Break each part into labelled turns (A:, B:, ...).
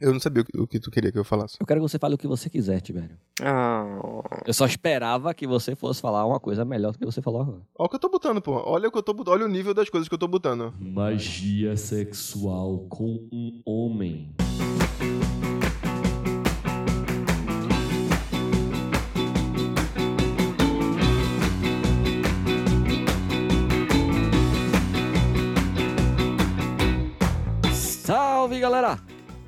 A: Eu não sabia o que, o que tu queria que eu falasse.
B: Eu quero que você fale o que você quiser, Tibério.
C: Ah,
B: Eu só esperava que você fosse falar uma coisa melhor do que você falou agora.
A: Olha o que eu tô botando, pô. Olha o que eu tô bot- Olha o nível das coisas que eu tô botando.
D: Magia sexual com um homem.
B: Salve, galera!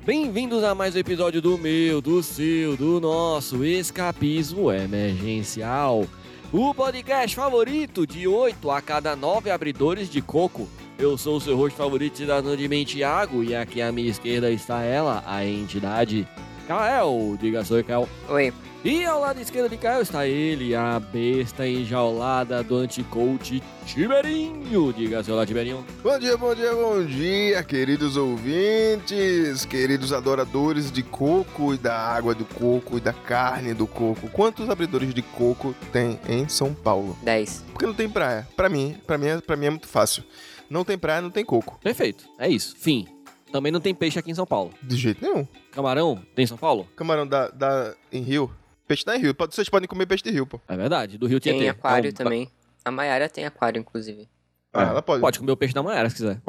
B: Bem-vindos a mais um episódio do meu, do seu, do nosso Escapismo Emergencial. O podcast favorito de 8 a cada 9 abridores de coco. Eu sou o seu rosto favorito, cidadão de Mentiago, e aqui à minha esquerda está ela, a entidade Kael. Diga só, Kael.
C: Oi.
B: E ao lado esquerdo de Kael está ele, a besta enjaulada do anticoach Tiberinho. Diga seu lá, Tiberinho.
A: Bom dia, bom dia, bom dia, queridos ouvintes, queridos adoradores de coco e da água do coco e da carne do coco. Quantos abridores de coco tem em São Paulo?
C: 10.
A: Porque não tem praia. Pra mim, pra mim, é- pra mim é muito fácil. Não tem praia, não tem coco.
B: Perfeito, é isso. Fim. Também não tem peixe aqui em São Paulo.
A: De jeito nenhum.
B: Camarão tem em São Paulo?
A: Camarão da, da em rio. Peixe tá em rio. Pode- Vocês podem comer peixe de rio, pô.
B: É verdade, do Rio
C: Tem
B: Tietê.
C: aquário
B: É um-
C: também. A Maiara tem aquário, inclusive.
A: Ah,
B: É.
A: ela pode.
B: Pode comer o peixe da Maiara se quiser.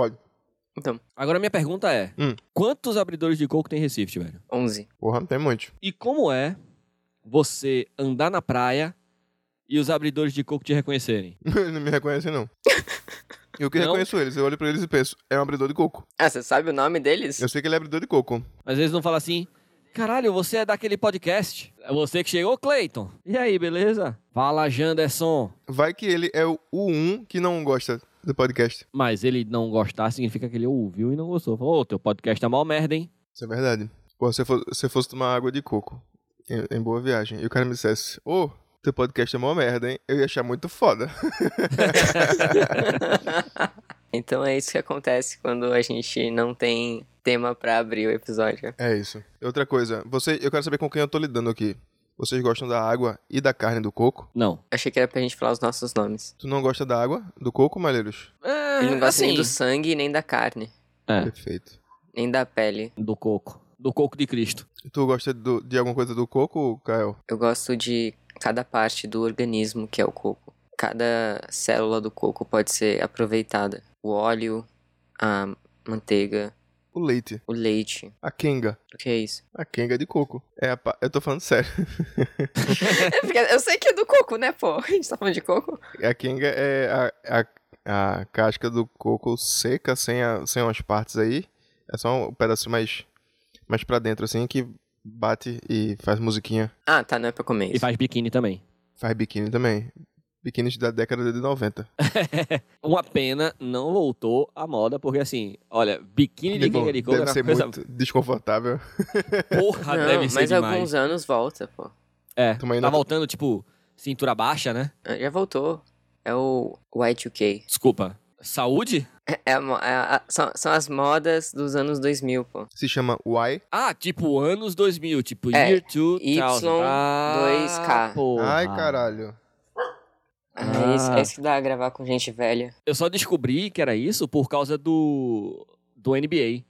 C: Então,
B: Agora minha pergunta é:
A: Hum.
B: quantos abridores de coco tem em Recife, velho?
C: 11.
A: Porra, tem muito.
B: E como é você andar na praia e os abridores de coco te reconhecerem?
A: Eles não me reconhecem, não. Eu que
B: Não?
A: reconheço eles. Eu olho pra eles e penso, é um abridor de coco.
C: Ah, você sabe o nome deles?
A: Eu sei que ele é abridor de coco.
B: Às vezes não fala assim. Caralho, você é daquele podcast. É você que chegou, Clayton. E aí, beleza? Fala, Janderson.
A: Vai que ele é o um que não gosta do podcast.
B: Mas ele não gostar significa que ele ouviu e não gostou. Falou, ô, teu podcast tá mal merda, hein?
A: Isso é verdade. Pô, se eu fo- se eu fosse tomar água de coco em, em boa viagem e o cara me dissesse, ô, teu podcast é mó merda, hein? Eu ia achar muito foda.
C: Então é isso que acontece quando a gente não tem tema pra abrir o episódio.
A: É isso. Outra coisa, você, eu quero saber com quem eu tô lidando aqui. Vocês gostam da água e da carne do coco?
B: Não.
C: Achei que era pra gente falar os nossos nomes.
A: Tu não gosta da água do coco, Malheiros?
B: É,
C: Ele não gosta nem do sangue, nem da carne,
B: É,
A: Perfeito.
C: nem da pele.
B: do coco. Do coco de Cristo.
A: Tu gosta do- de alguma coisa do coco, Kael?
C: Eu gosto de cada parte do organismo que é o coco. Cada célula do coco pode ser aproveitada. O óleo, a manteiga,
A: O leite.
C: o leite.
A: A kenga.
C: O que é isso?
A: A kenga é de coco. É a pa... Eu tô falando sério.
C: É porque eu sei que é do coco, né, pô? A gente tá falando de coco?
A: A kenga é a, a, a casca do coco seca, sem, a, sem umas partes aí. É só um pedaço mais, mais pra dentro, assim, que bate e faz musiquinha.
C: Ah, tá, não é pra comer
B: E
C: isso.
B: faz biquíni também.
A: Faz biquíni também. Biquínis da década de 90.
B: Uma pena não voltou à moda, porque assim, olha, biquíni de
A: Bom,
B: quem de coco
A: Tipo,
B: é
A: deve
B: uma
A: ser
B: coisa
A: muito desconfortável.
B: porra,
C: não,
B: deve ser
C: mas
B: demais.
C: alguns anos volta, pô.
B: É,
A: Tamo aí
B: tá
A: na-
B: voltando, tipo, cintura baixa, né?
C: Ah, Já voltou. É o Y2K.
B: Desculpa. Saúde?
C: É- é a mo- é a- são, são as modas dos anos 2000, pô.
A: Se chama Y.
B: Ah, tipo anos 2000, tipo
C: É,
B: year 2000. Ah,
C: Y2K.
B: porra.
A: Ai, caralho.
C: Ah,
B: Ah.
C: É, isso, é isso que dá a gravar com gente velha.
B: Eu só descobri que era isso por causa do do NBA.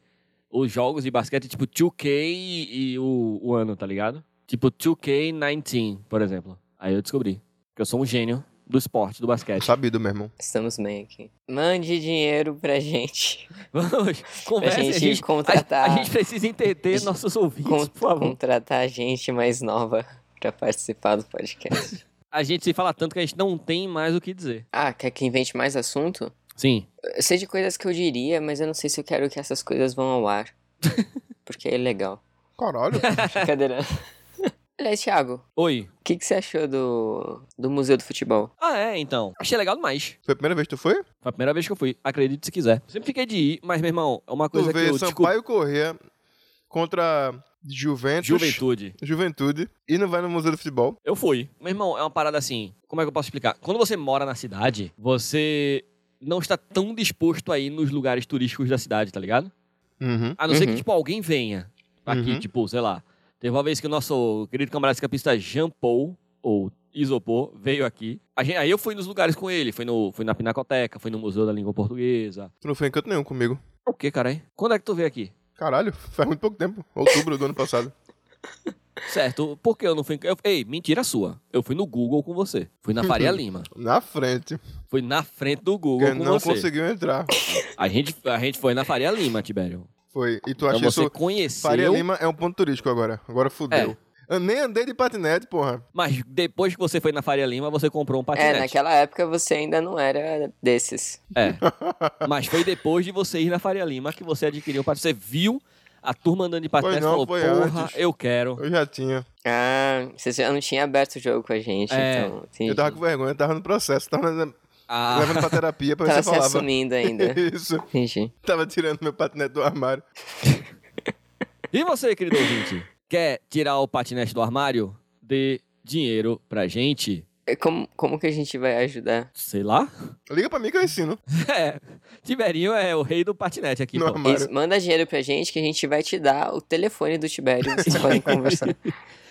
B: Os jogos de basquete, tipo 2K e, e o, o ano, tá ligado? Tipo 2K19, por exemplo. Aí eu descobri. Que eu sou um gênio do esporte, do basquete.
A: É Sabido, meu irmão.
C: Estamos bem aqui. Mande dinheiro pra gente.
B: Vamos,
C: Pra
B: conversa, a
C: gente,
B: gente, a,
C: contratar.
B: a gente precisa entender nossos ouvintes,
C: con-
B: por favor.
C: contratar gente mais nova pra participar do podcast.
B: A gente se fala tanto que a gente não tem mais o que dizer.
C: ah, quer que invente mais assunto?
B: Sim.
C: Eu sei de coisas que eu diria, mas eu não sei se eu quero que essas coisas vão ao ar. Porque é ilegal.
A: Caralho.
C: Brincadeira. Aliás, Thiago,
B: Oi.
C: o que, que você achou do, do Museu do Futebol?
B: Ah, é, então. Achei legal demais.
A: Foi a primeira vez que tu foi?
B: Foi a primeira vez que eu fui. Acredite se quiser. Sempre fiquei de ir, mas, meu irmão, é uma coisa
A: tu
B: que
A: vê
B: eu descobri.
A: Sampaio Corrêa contra Juventus.
B: Juventude.
A: Juventude. E não vai no Museu do Futebol.
B: Eu fui. Meu irmão, é uma parada assim. Como é que eu posso explicar? Quando você mora na cidade, você não está tão disposto a ir nos lugares turísticos da cidade, tá ligado?
A: Uhum.
B: A não ser que,
C: Uhum.
B: tipo, alguém venha aqui,
A: Uhum.
B: tipo, sei lá. Teve uma vez que o nosso querido camarada escapista Jean Paul, ou Isopor, veio aqui. A gen- aí eu fui nos lugares com ele. Fui, no, fui na Pinacoteca, fui no Museu da Língua Portuguesa.
A: Tu não foi em canto nenhum comigo.
B: O que, caralho? Quando é que tu veio aqui?
A: Caralho, faz muito pouco tempo. Outubro do ano passado.
B: Certo, por que eu não fui. Eu, ei, mentira sua. Eu fui no Google com você. Fui na Faria Lima.
A: Na frente.
B: Fui na frente do Google
A: Porque
B: com
A: não
B: você.
A: conseguiu entrar.
B: A, gente, a gente foi na Faria Lima, Tibério.
A: Foi. E tu
B: Então
A: acha
B: você É.
A: isso.
B: conheceu.
A: Faria Lima é um ponto turístico agora. Agora fudeu. Eu nem andei de patinete, porra.
B: Mas depois que você foi na Faria Lima, você comprou um patinete.
C: É, naquela época você ainda não era desses.
B: É. Mas foi depois de você ir na Faria Lima que você adquiriu o patinete. Você viu a turma andando de patinete e
A: não,
B: falou,
A: foi
B: porra,
A: antes."
B: eu quero.
A: Eu já tinha.
C: Ah, você já não tinha aberto o jogo com a gente,
B: É.
C: então. entendi.
A: Eu tava com vergonha, eu tava no processo. Tava
B: Ah,
A: levando pra terapia pra ver
C: Tava
A: se
C: se
A: eu falava.
C: assumindo ainda.
A: Isso.
C: Entendi.
A: Tava tirando meu patinete do armário.
B: E você, querido ouvinte, quer tirar o patinete do armário? Dê dinheiro pra gente.
C: E Como, como que a gente vai ajudar?
B: Sei lá.
A: Liga pra mim que eu ensino.
B: É. Tiberinho é o rei do patinete aqui,
A: no
B: pô.
A: armário.
C: Isso, manda dinheiro pra gente que a gente vai te dar o telefone do Tibério. Vocês podem conversar.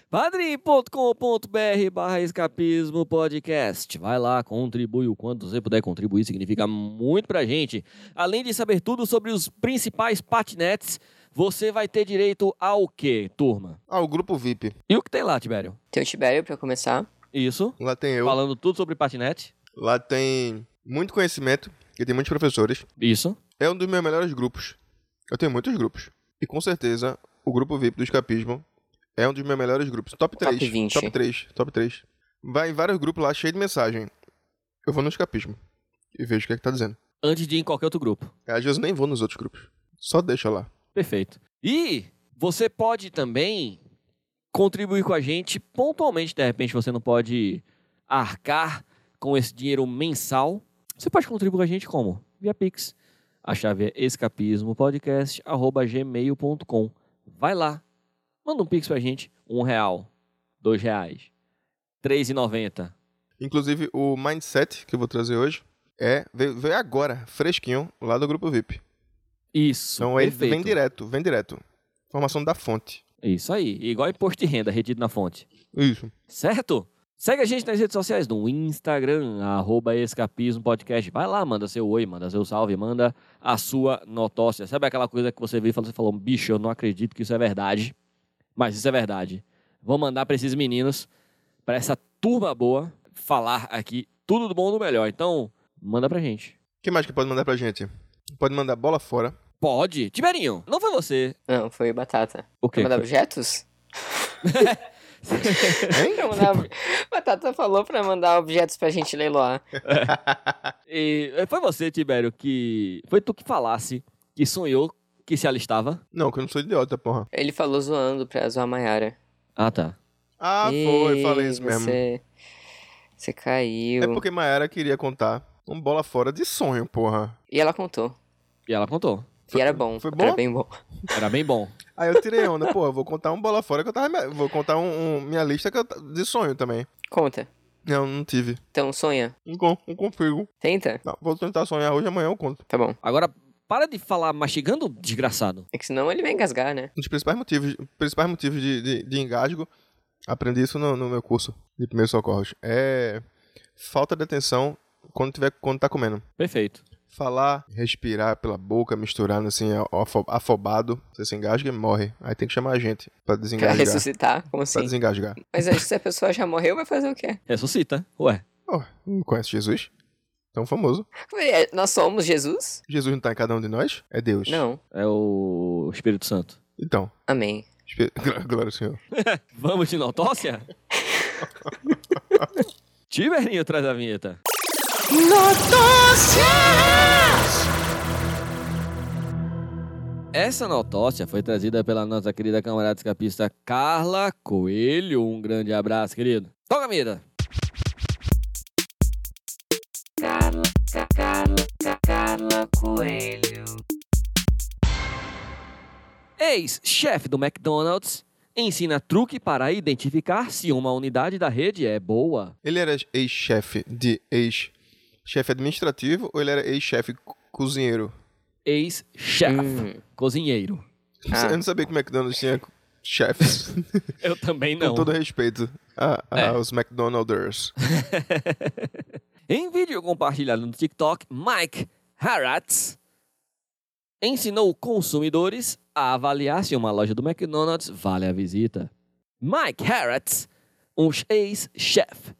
B: padrim.com.br barra escapismo podcast. Vai lá, contribui o quanto você puder contribuir, significa muito pra gente. Além de saber tudo sobre os principais patinetes, você vai ter direito ao quê, turma?
A: Ah, o grupo VIP.
B: E o que tem lá, Tibério?
C: Tem o Tibério pra começar.
B: Isso,
A: Lá tem eu.
B: falando tudo sobre patinete.
A: Lá tem muito conhecimento, que tem muitos professores.
B: Isso.
A: É um dos meus melhores grupos. Eu tenho muitos grupos. E com certeza, o grupo VIP do Escapismo é um dos meus melhores grupos. Top 3.
C: Top 20.
A: Top 3. Top 3. Vai em vários grupos lá, cheio de mensagem. Eu vou no Escapismo e vejo o que é que tá dizendo. É,
B: Antes de ir em qualquer outro grupo.
A: Às vezes nem vou nos outros grupos. Só deixa lá.
B: Perfeito. E você pode também contribuir com a gente pontualmente. De repente você não pode arcar com esse dinheiro mensal. Você pode contribuir com a gente como? Via Pix. A chave é escapismopodcast.gmail.com. Vai lá. Manda um Pix pra gente. Um real. Dois reais. Três e noventa.
A: Inclusive, o mindset que eu vou trazer hoje é. Veio, veio agora, fresquinho, lá do grupo VIP.
B: Isso.
A: Então ele
B: perfeito.
A: vem direto, vem direto. Informação da fonte.
B: Isso aí. Igual imposto de renda, retido na fonte.
A: Isso.
B: Certo? Segue a gente nas redes sociais, no Instagram, arroba Escapismo Podcast. Vai lá, manda seu oi, manda seu salve, manda a sua notócia. Sabe aquela coisa que você viu e falou, você falou, bicho, eu não acredito que isso é verdade, mas isso é verdade. Vou mandar pra esses meninos, pra essa turma boa, falar aqui tudo do bom e do melhor. Então, manda pra gente.
A: O que mais que pode mandar pra gente? Pode mandar bola fora.
B: Pode. Tiberinho, não foi você.
C: Não, foi Batata.
B: O quê?
C: Pra mandar objetos?
A: Hein?
C: Pra mandar... Batata falou pra mandar objetos pra gente leiloar.
B: E, eh, foi você, Tibério, que... Foi tu que falasse que sonhou que se alistava?
A: Não, que eu não sou idiota, porra.
C: Ele falou zoando pra zoar a Mayara.
B: Ah, tá.
A: Ah, foi, falei isso mesmo.
C: Você, você caiu.
A: É porque Maera queria contar um bola fora de sonho, porra.
C: E ela contou.
B: E ela contou.
A: Foi-
C: e era bom.
A: foi
C: Era
A: bom?
C: bem bom.
B: Era bem bom.
A: Aí eu tirei onda, porra, vou contar um bola fora que eu tava. me- Vou contar um, um- minha lista que eu ta- de sonho também.
C: Conta.
A: Não, não tive.
C: Então, sonha.
A: Não, con- não consigo.
C: Tenta.
A: Não, vou tentar sonhar hoje, amanhã eu conto.
C: Tá bom.
B: Agora, para de falar mastigando, desgraçado.
C: É que senão ele vai engasgar, né?
A: Um dos principais motivos, principais motivos de, de, de engasgo, aprendi isso no, no meu curso de primeiros socorros, é falta de atenção quando, tiver, quando tá comendo.
B: Perfeito.
A: Falar, respirar pela boca, misturando assim, afo- afobado, você se engasga e morre. Aí tem que chamar a gente pra
C: Pra
A: desengasgar.
C: ressuscitar, como
A: Pra
C: assim?
A: desengasgar.
C: Mas aí, se a pessoa já morreu, vai fazer o quê?
B: Ressuscita. Ué.
A: Oh, não conhece Jesus? Tão famoso.
C: É, Nós somos Jesus?
A: Jesus não tá em cada um de nós? É Deus.
C: Não.
B: É o Espírito Santo.
A: Então,
C: Amém.
A: espe- glória glória ao Senhor.
B: Vamos de notócia? Tiberinho traz a vinheta. Notócia! Essa notócia foi trazida pela nossa querida camarada escapista Carla Coelho. Um grande abraço, querido. Toca a vinheta. Ex-chefe do McDonald's ensina truque para identificar se uma unidade da rede é boa.
A: Ele era ex-chefe de ex-chefe administrativo ou ele era ex-chefe co- cozinheiro?
B: Ex-chefe,
C: Hum.
B: cozinheiro.
C: Ah.
A: Eu não sabia é que o McDonald's tinha chefes.
B: Eu também não.
A: Com todo respeito a- a-
B: É.
A: aos McDonalders.
B: Em vídeo compartilhado no TikTok, Mike Haratz ensinou consumidores a avaliar se uma loja do McDonald's vale a visita. Mike Harrats, um ex-chefe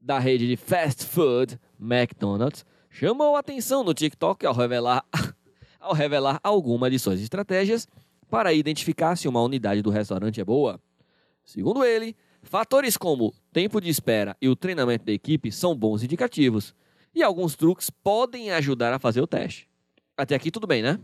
B: da rede de fast food McDonald's, chamou atenção no TikTok ao revelar, ao revelar alguma de suas estratégias para identificar se uma unidade do restaurante é boa. Segundo ele, fatores como tempo de espera e o treinamento da equipe são bons indicativos, e alguns truques podem ajudar a fazer o teste. Até aqui tudo bem, né?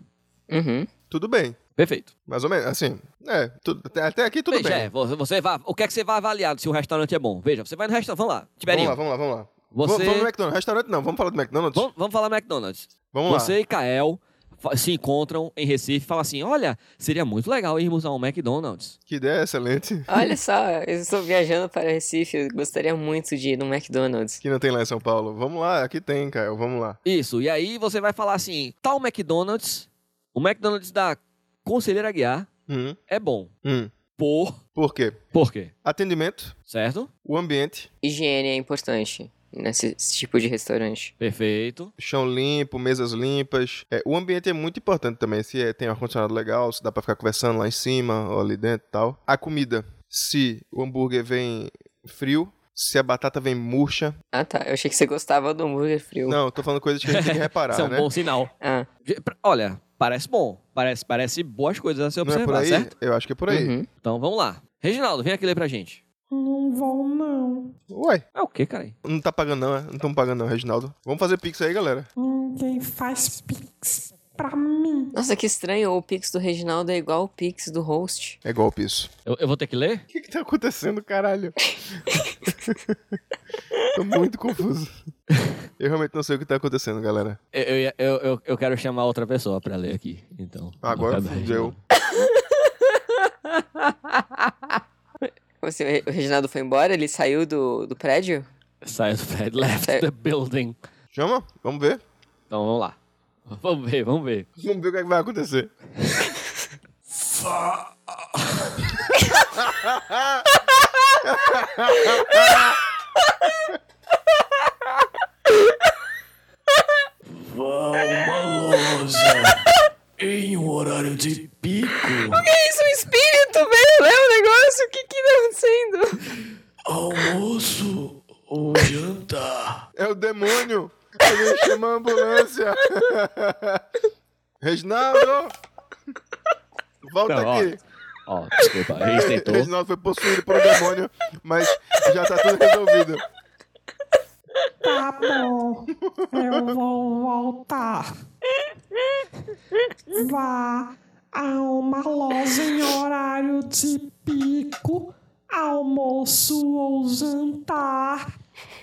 C: Uhum.
A: Tudo bem.
B: Perfeito.
A: Mais ou menos, assim. É, tudo- até, até aqui tudo
B: Veja,
A: bem.
B: é, você, você vai, o que é que você vai avaliar se um restaurante é bom? Veja, você vai no restaurante, vamos lá,
A: vamos
B: Tiberinho.
A: lá, vamos lá, vamos lá.
B: Você-
A: Vamos, vamos no McDonald's. Restaurante não, vamos falar do McDonald's?
B: Vamos, vamos falar McDonald's.
A: Vamos lá.
B: você e Kael fa- se encontram em Recife e falam assim, olha, seria muito legal irmos a um McDonald's.
A: Que ideia excelente.
C: Olha só, eu estou viajando para Recife, eu gostaria muito de ir no McDonald's.
A: Que não tem lá em São Paulo. Vamos lá, aqui tem, Caio. Vamos lá.
B: Isso, e aí você vai falar assim, tal McDonald's, o McDonald's da Conselheira Guiar
A: Hum,
B: é bom.
A: hum.
B: Por...
A: Por quê?
B: Por quê?
A: Atendimento,
B: Certo?
A: o ambiente,
C: Higiene é importante nesse esse tipo de restaurante.
B: Perfeito.
A: chão limpo, mesas limpas. É, o ambiente é muito importante também. Se é- tem ar-condicionado legal, se dá pra ficar conversando lá em cima ou ali dentro e tal. A comida. Se o hambúrguer vem frio, se a batata vem murcha.
C: Ah tá, eu achei que você gostava do hambúrguer frio.
A: Não, eu tô falando coisas que a gente tem que reparar,
B: Isso é um
A: né?
B: bom sinal.
C: Ah,
B: Ge- pra- Olha, parece bom. Parece, parece boas coisas a se
A: Não é
B: observar,
A: por aí?
B: certo?
A: Eu acho que é por aí.
C: uhum.
B: Então vamos lá. Reginaldo, vem aqui ler pra gente.
A: Ué,
B: É o quê, cara?
A: não tá pagando não, é? Não tão pagando não, Reginaldo. Vamos fazer pix aí, galera.
E: Ninguém faz pix pra mim.
C: Nossa, que estranho, o Pix do Reginaldo é igual o Pix do host.
A: É golpe isso.
B: Eu, eu vou ter que ler?
A: O que que tá acontecendo, caralho? Tô muito confuso. Eu realmente não sei o que tá acontecendo, galera.
B: Eu, eu, ia- eu, eu, eu quero chamar outra pessoa pra ler aqui. Então.
A: Agora
B: Não cabe a
A: fudeu.
B: Reginaldo.
C: Você, o Reginaldo foi embora? Ele saiu do, do prédio?
B: Sai do Fred, left
C: É.
B: the building.
A: Chama? Vamos ver.
B: Então vamos lá. Vamos ver, vamos ver.
A: Vamos ver o que, é que vai acontecer.
D: Vá uma loja em um horário de pico.
C: Que isso, o espírito veio ler o negócio? O que que tá acontecendo?
D: Almoço ou jantar?
A: É o demônio! Alguém chama a ambulância! Reginaldo! Volta
B: Não, ó,
A: aqui!
B: Ó, desculpa, a gente tentou.
A: Reginaldo foi possuído por um demônio, mas já tá tudo resolvido.
E: Tá bom, eu vou voltar. Vá a uma loja em horário de pico, almoço ou jantar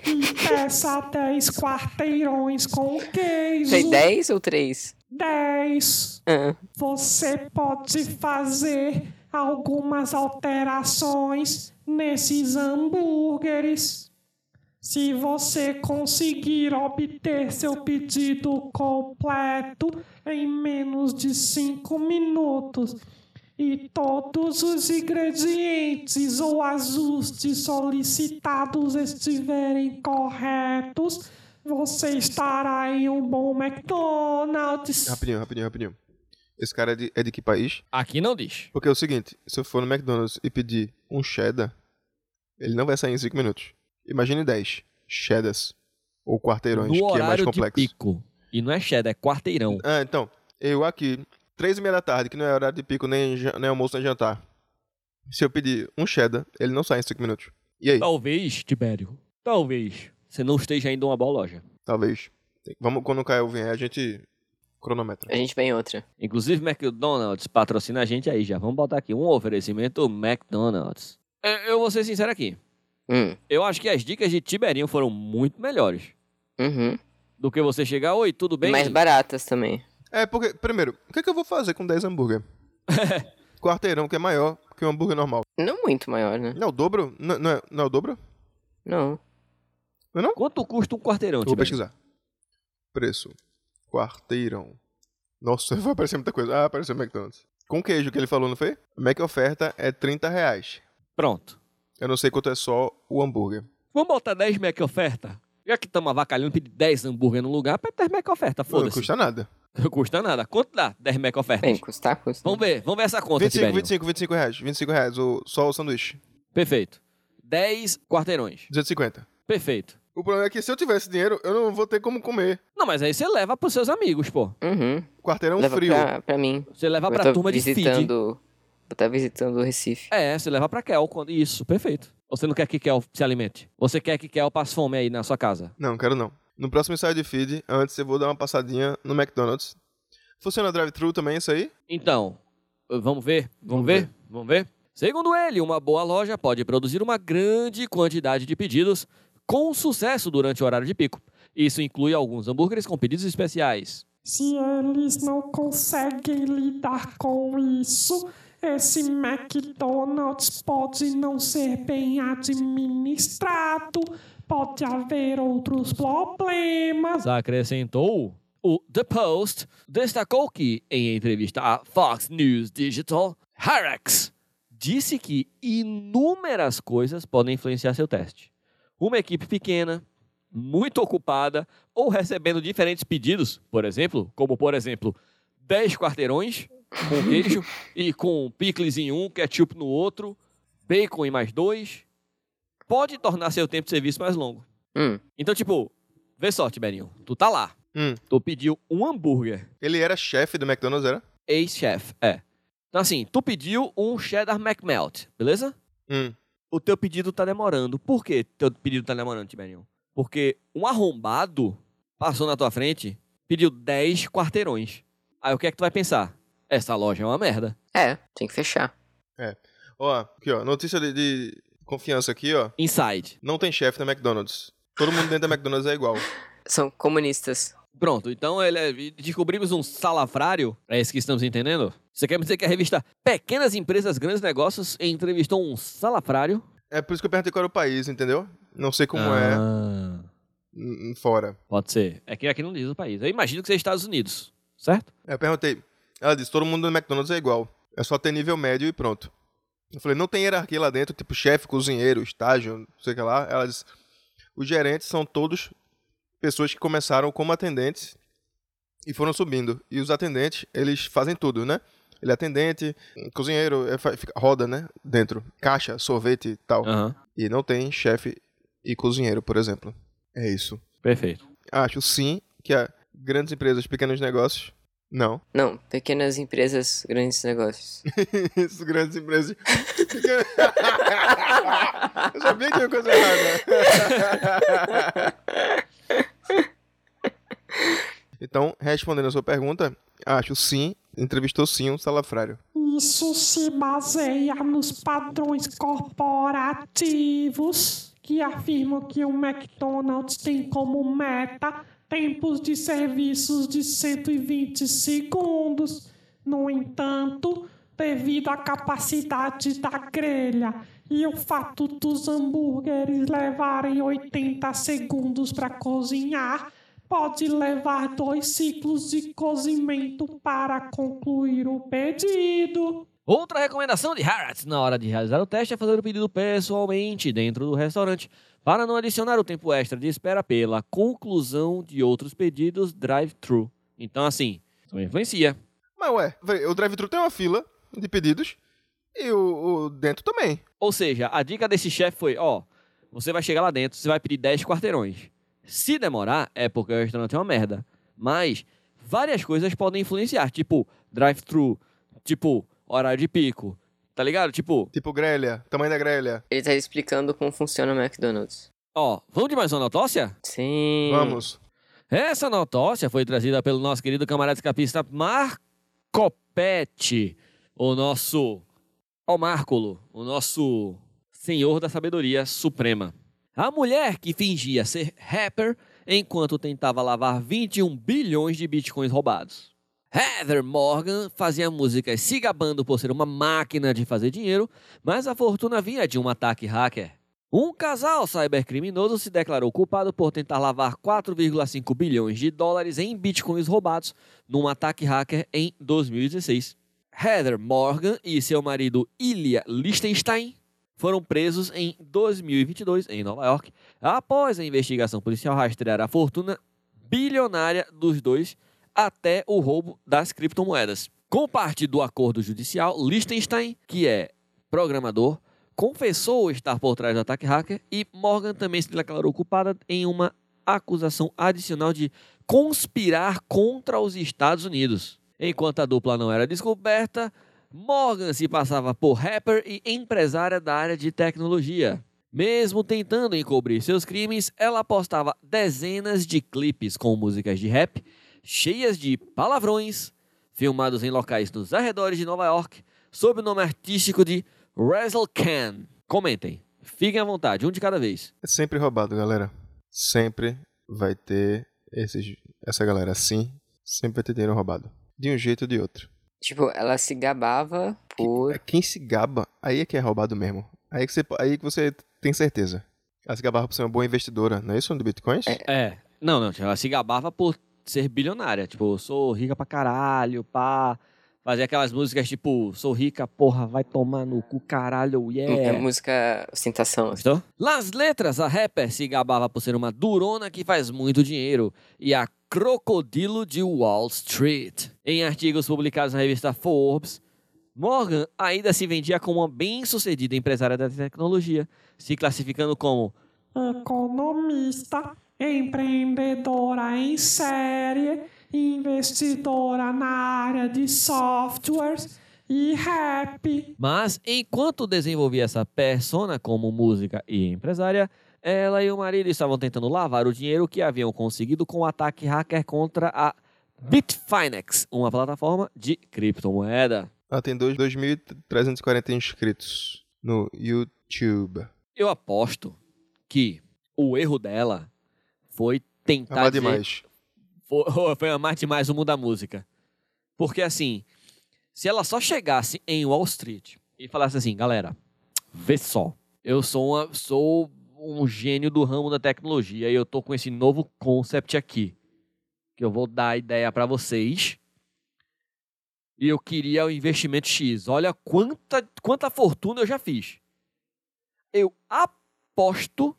E: e peça 10 quarteirões com queijo.
C: Foi 10 ou 3?
E: 10.
C: Ah,
E: Você pode fazer algumas alterações nesses hambúrgueres. Se você conseguir obter seu pedido completo em menos de 5 minutos e todos os ingredientes ou ajustes solicitados estiverem corretos, você estará em um bom McDonald's.
A: Rapidinho, rapidinho, rapidinho. Esse cara é de, é de que país?
B: Aqui não diz.
A: Porque é o seguinte, se eu for no McDonald's e pedir um cheddar, ele não vai sair em 5 minutos. Imagine 10 cheddars ou quarteirões,
B: No
A: que é mais
B: horário de
A: complexo.
B: pico. E não é cheddar, é quarteirão.
A: Ah, então, eu aqui, três e meia da tarde, que não é horário de pico, nem, ja- nem almoço, nem jantar. Se eu pedir um cheddar, ele não sai em cinco minutos. E aí?
B: Talvez, Tibério, talvez você não esteja indo a uma boa loja.
A: Talvez. Tem- Vamos, quando o Caio vier, a gente cronometra.
B: É.
C: a gente vem outra.
B: Inclusive, McDonald's patrocina a gente aí já. Vamos botar aqui um oferecimento McDonald's. É, Eu vou ser sincero aqui.
C: Hum,
B: Eu acho que as dicas de Tiberinho foram muito melhores
C: uhum.
B: do que você chegar, oi, tudo bem?
C: Mais baratas também.
A: É, porque, primeiro, o que, é que eu vou fazer com 10 hambúrguer? Quarteirão, que é maior que um hambúrguer normal.
C: Não muito maior, né?
A: Não é o dobro? Não, não é, não é o dobro?
C: Não.
B: Quanto custa um quarteirão,
A: Eu vou
B: Tiberinho?
A: pesquisar. Preço. Quarteirão. Nossa, vai aparecer muita coisa. Ah, apareceu o McDonald's. Com queijo que ele falou, não foi? Mac oferta é 30 reais.
B: Pronto.
A: Eu não sei quanto é só o hambúrguer.
B: Vamos botar 10 Mac oferta? Já que estamos avacalhando, pedir 10 hambúrguer no lugar, pede 10 Mac oferta,
A: Não
B: foda-se.
A: custa nada.
B: Não custa nada. Quanto dá 10 mega ofertas?
C: Bem, custar, custa.
B: Vamos ver, vamos ver essa conta,
A: 25,
B: Tiberinho.
A: 25, 25 reais. 25 reais, o, só o sanduíche.
B: Perfeito. 10 quarteirões.
A: 250.
B: Perfeito.
A: O problema é que se eu tivesse dinheiro, eu não vou ter como comer.
B: Não, mas aí você leva pros seus amigos, pô.
C: Uhum.
A: Quarteirão
C: Leva
A: frio.
C: pra, pra mim.
B: Você leva
C: eu
B: pra
C: tô
B: turma de feed.
C: visitando, Eu tava visitando o Recife.
B: É, você leva pra Kel. Quando... Isso, perfeito. Você não quer que Kel se alimente. Você quer que Kel passe fome aí na sua casa.
A: Não, quero não. No próximo ensaio de feed, antes eu vou dar uma passadinha no McDonald's. Funciona drive-thru também isso aí?
B: Então, vamos ver? Vamos, ver? Vamos ver? Segundo ele, uma boa loja pode produzir uma grande quantidade de pedidos com sucesso durante o horário de pico. Isso inclui alguns hambúrgueres com pedidos especiais.
E: Se eles não conseguem lidar com isso, esse McDonald's pode não ser bem administrado, pode haver outros problemas.
B: acrescentou. O The Post destacou que, em entrevista à Fox News Digital, Harax disse que inúmeras coisas podem influenciar seu teste. Uma equipe pequena, muito ocupada ou recebendo diferentes pedidos, por exemplo, como por exemplo, 10 quarteirões com queijo e com picles em um, ketchup no outro, bacon em mais dois, pode tornar seu tempo de serviço mais longo.
C: Hum.
B: Então, tipo, vê só, Tiberinho. Tu tá lá.
A: Hum.
B: Tu pediu um hambúrguer.
A: Ele era chefe do McDonald's, era?
B: Ex-chefe, é. Então, assim, tu pediu um cheddar McMelt, beleza?
A: Hum.
B: O teu pedido tá demorando. Por que teu pedido tá demorando, Tiberinho? Porque um arrombado passou na tua frente, pediu 10 quarteirões. Aí o que é que tu vai pensar? Essa loja é uma merda.
C: É, tem que fechar.
A: Ó, aqui ó, notícia de, de confiança aqui, ó.
B: Inside.
A: Não tem chefe na McDonald's. Todo mundo dentro da McDonald's é igual.
C: São comunistas.
B: Pronto, então ele é- descobrimos um salafrário. É isso que estamos entendendo? Você quer me dizer que a revista Pequenas Empresas Grandes Negócios entrevistou um salafrário?
A: É por isso que eu perguntei qual era o país, entendeu? Não sei como é
B: ah,
A: hum, hum, fora.
B: Pode ser. É que aqui não diz o país. Eu imagino que seja Estados Unidos, certo?
A: Eu perguntei. Ela disse, todo mundo no McDonald's é igual. É só ter nível médio e pronto. Eu falei, não tem hierarquia lá dentro, tipo chefe, cozinheiro, estágio, não sei o que lá. Ela disse, os gerentes são todos pessoas que começaram como atendentes e foram subindo. E os atendentes, eles fazem tudo, né? Ele é atendente, cozinheiro, é, fa- fica- roda, né? Dentro. Caixa, sorvete e tal.
B: Aham.
A: E não tem chefe e cozinheiro, por exemplo. É isso.
B: Perfeito.
A: Acho sim que há grandes empresas, pequenos negócios. Não.
C: Não, pequenas empresas, grandes negócios.
A: Isso, grandes empresas. Eu sabia que ia coisa errada. Então, respondendo a sua pergunta, acho sim, entrevistou sim um salafrário.
E: Isso se baseia nos padrões corporativos que afirmam que o McDonald's tem como meta tempos de serviços de 120 segundos. No entanto, devido à capacidade da grelha e o fato dos hambúrgueres levarem 80 segundos para cozinhar, pode levar dois ciclos de cozimento para concluir o pedido.
B: Outra recomendação de Harris na hora de realizar o teste é fazer o pedido pessoalmente dentro do restaurante para não adicionar o tempo extra de espera pela conclusão de outros pedidos drive-thru. Então, assim, isso influencia.
A: Mas ué, véi, o drive-thru tem uma fila de pedidos e o, o dentro também.
B: Ou seja, a dica desse chefe foi, ó, você vai chegar lá dentro, você vai pedir 10 quarteirões. Se demorar, é porque o restaurante é uma merda. Mas várias coisas podem influenciar, tipo drive-thru, tipo horário de pico, tá ligado? Tipo,
A: Tipo grelha, tamanho da grelha.
C: Ele tá explicando como funciona o McDonald's.
B: ó, vamos de mais uma notócia?
C: Sim.
A: Vamos.
B: Essa notócia foi trazida pelo nosso querido camarada escapista Marco Pet, o nosso ó Márculo, o nosso senhor da sabedoria suprema. A mulher que fingia ser rapper enquanto tentava lavar 21 bilhões de bitcoins roubados. Heather Morgan fazia músicas se gabando por ser uma máquina de fazer dinheiro, mas a fortuna vinha de um ataque hacker. Um casal cybercriminoso se declarou culpado por tentar lavar 4,5 bilhões de dólares em bitcoins roubados num ataque hacker em 2016. Heather Morgan e seu marido Ilya Lichtenstein foram presos em 2022 em Nova York, após a investigação policial rastrear a fortuna bilionária dos dois até o roubo das criptomoedas. Com parte do acordo judicial, Liechtenstein, que é programador, confessou estar por trás do ataque hacker e Morgan também se declarou culpada em uma acusação adicional de conspirar contra os Estados Unidos. Enquanto a dupla não era descoberta, Morgan se passava por rapper e empresária da área de tecnologia. Mesmo tentando encobrir seus crimes, ela postava dezenas de clipes com músicas de rap, cheias de palavrões, filmados em locais nos arredores de Nova York, sob o nome artístico de Razzle Can. Comentem. Fiquem à vontade, um de cada vez.
A: É sempre roubado, galera. Sempre vai ter esses, essa galera assim. Sempre vai ter dinheiro roubado. De um jeito ou de outro.
C: Tipo, ela se gabava por.
A: É Quem se gaba, aí é que é roubado mesmo. Aí que você, aí que você tem certeza. Ela se gabava por ser uma boa investidora, não é isso, do Bitcoins?
B: É. Não, não, ela se gabava por ser bilionária. Tipo, sou rica pra caralho, pá. Fazer aquelas músicas tipo, sou rica, porra, vai tomar no cu, caralho,
C: É
B: yeah.
C: música ostentação. assim.
B: Gostou? Nas letras, a rapper se gabava por ser uma durona que faz muito dinheiro e a crocodilo de Wall Street. Em artigos publicados na revista Forbes, Morgan ainda se vendia como uma bem-sucedida empresária da tecnologia, se classificando como
E: economista, empreendedora em série, investidora na área de softwares e rap.
B: Mas enquanto desenvolvia essa persona como música e empresária, ela e o marido estavam tentando lavar o dinheiro que haviam conseguido com o ataque hacker contra a Bitfinex, uma plataforma de criptomoeda.
A: Ela tem dois- 2.340 inscritos no YouTube.
B: Eu aposto que o erro dela foi tentar
A: Amar
B: Tá dizer-
A: demais.
B: Foi, foi amar demais o mundo da música. Porque assim, se ela só chegasse em Wall Street e falasse assim, galera, vê só, eu sou uma- sou um gênio do ramo da tecnologia e eu tô com esse novo concept aqui, que eu vou dar a ideia pra vocês. E eu queria o investimento X. Olha quanta quanta fortuna eu já fiz. Eu aposto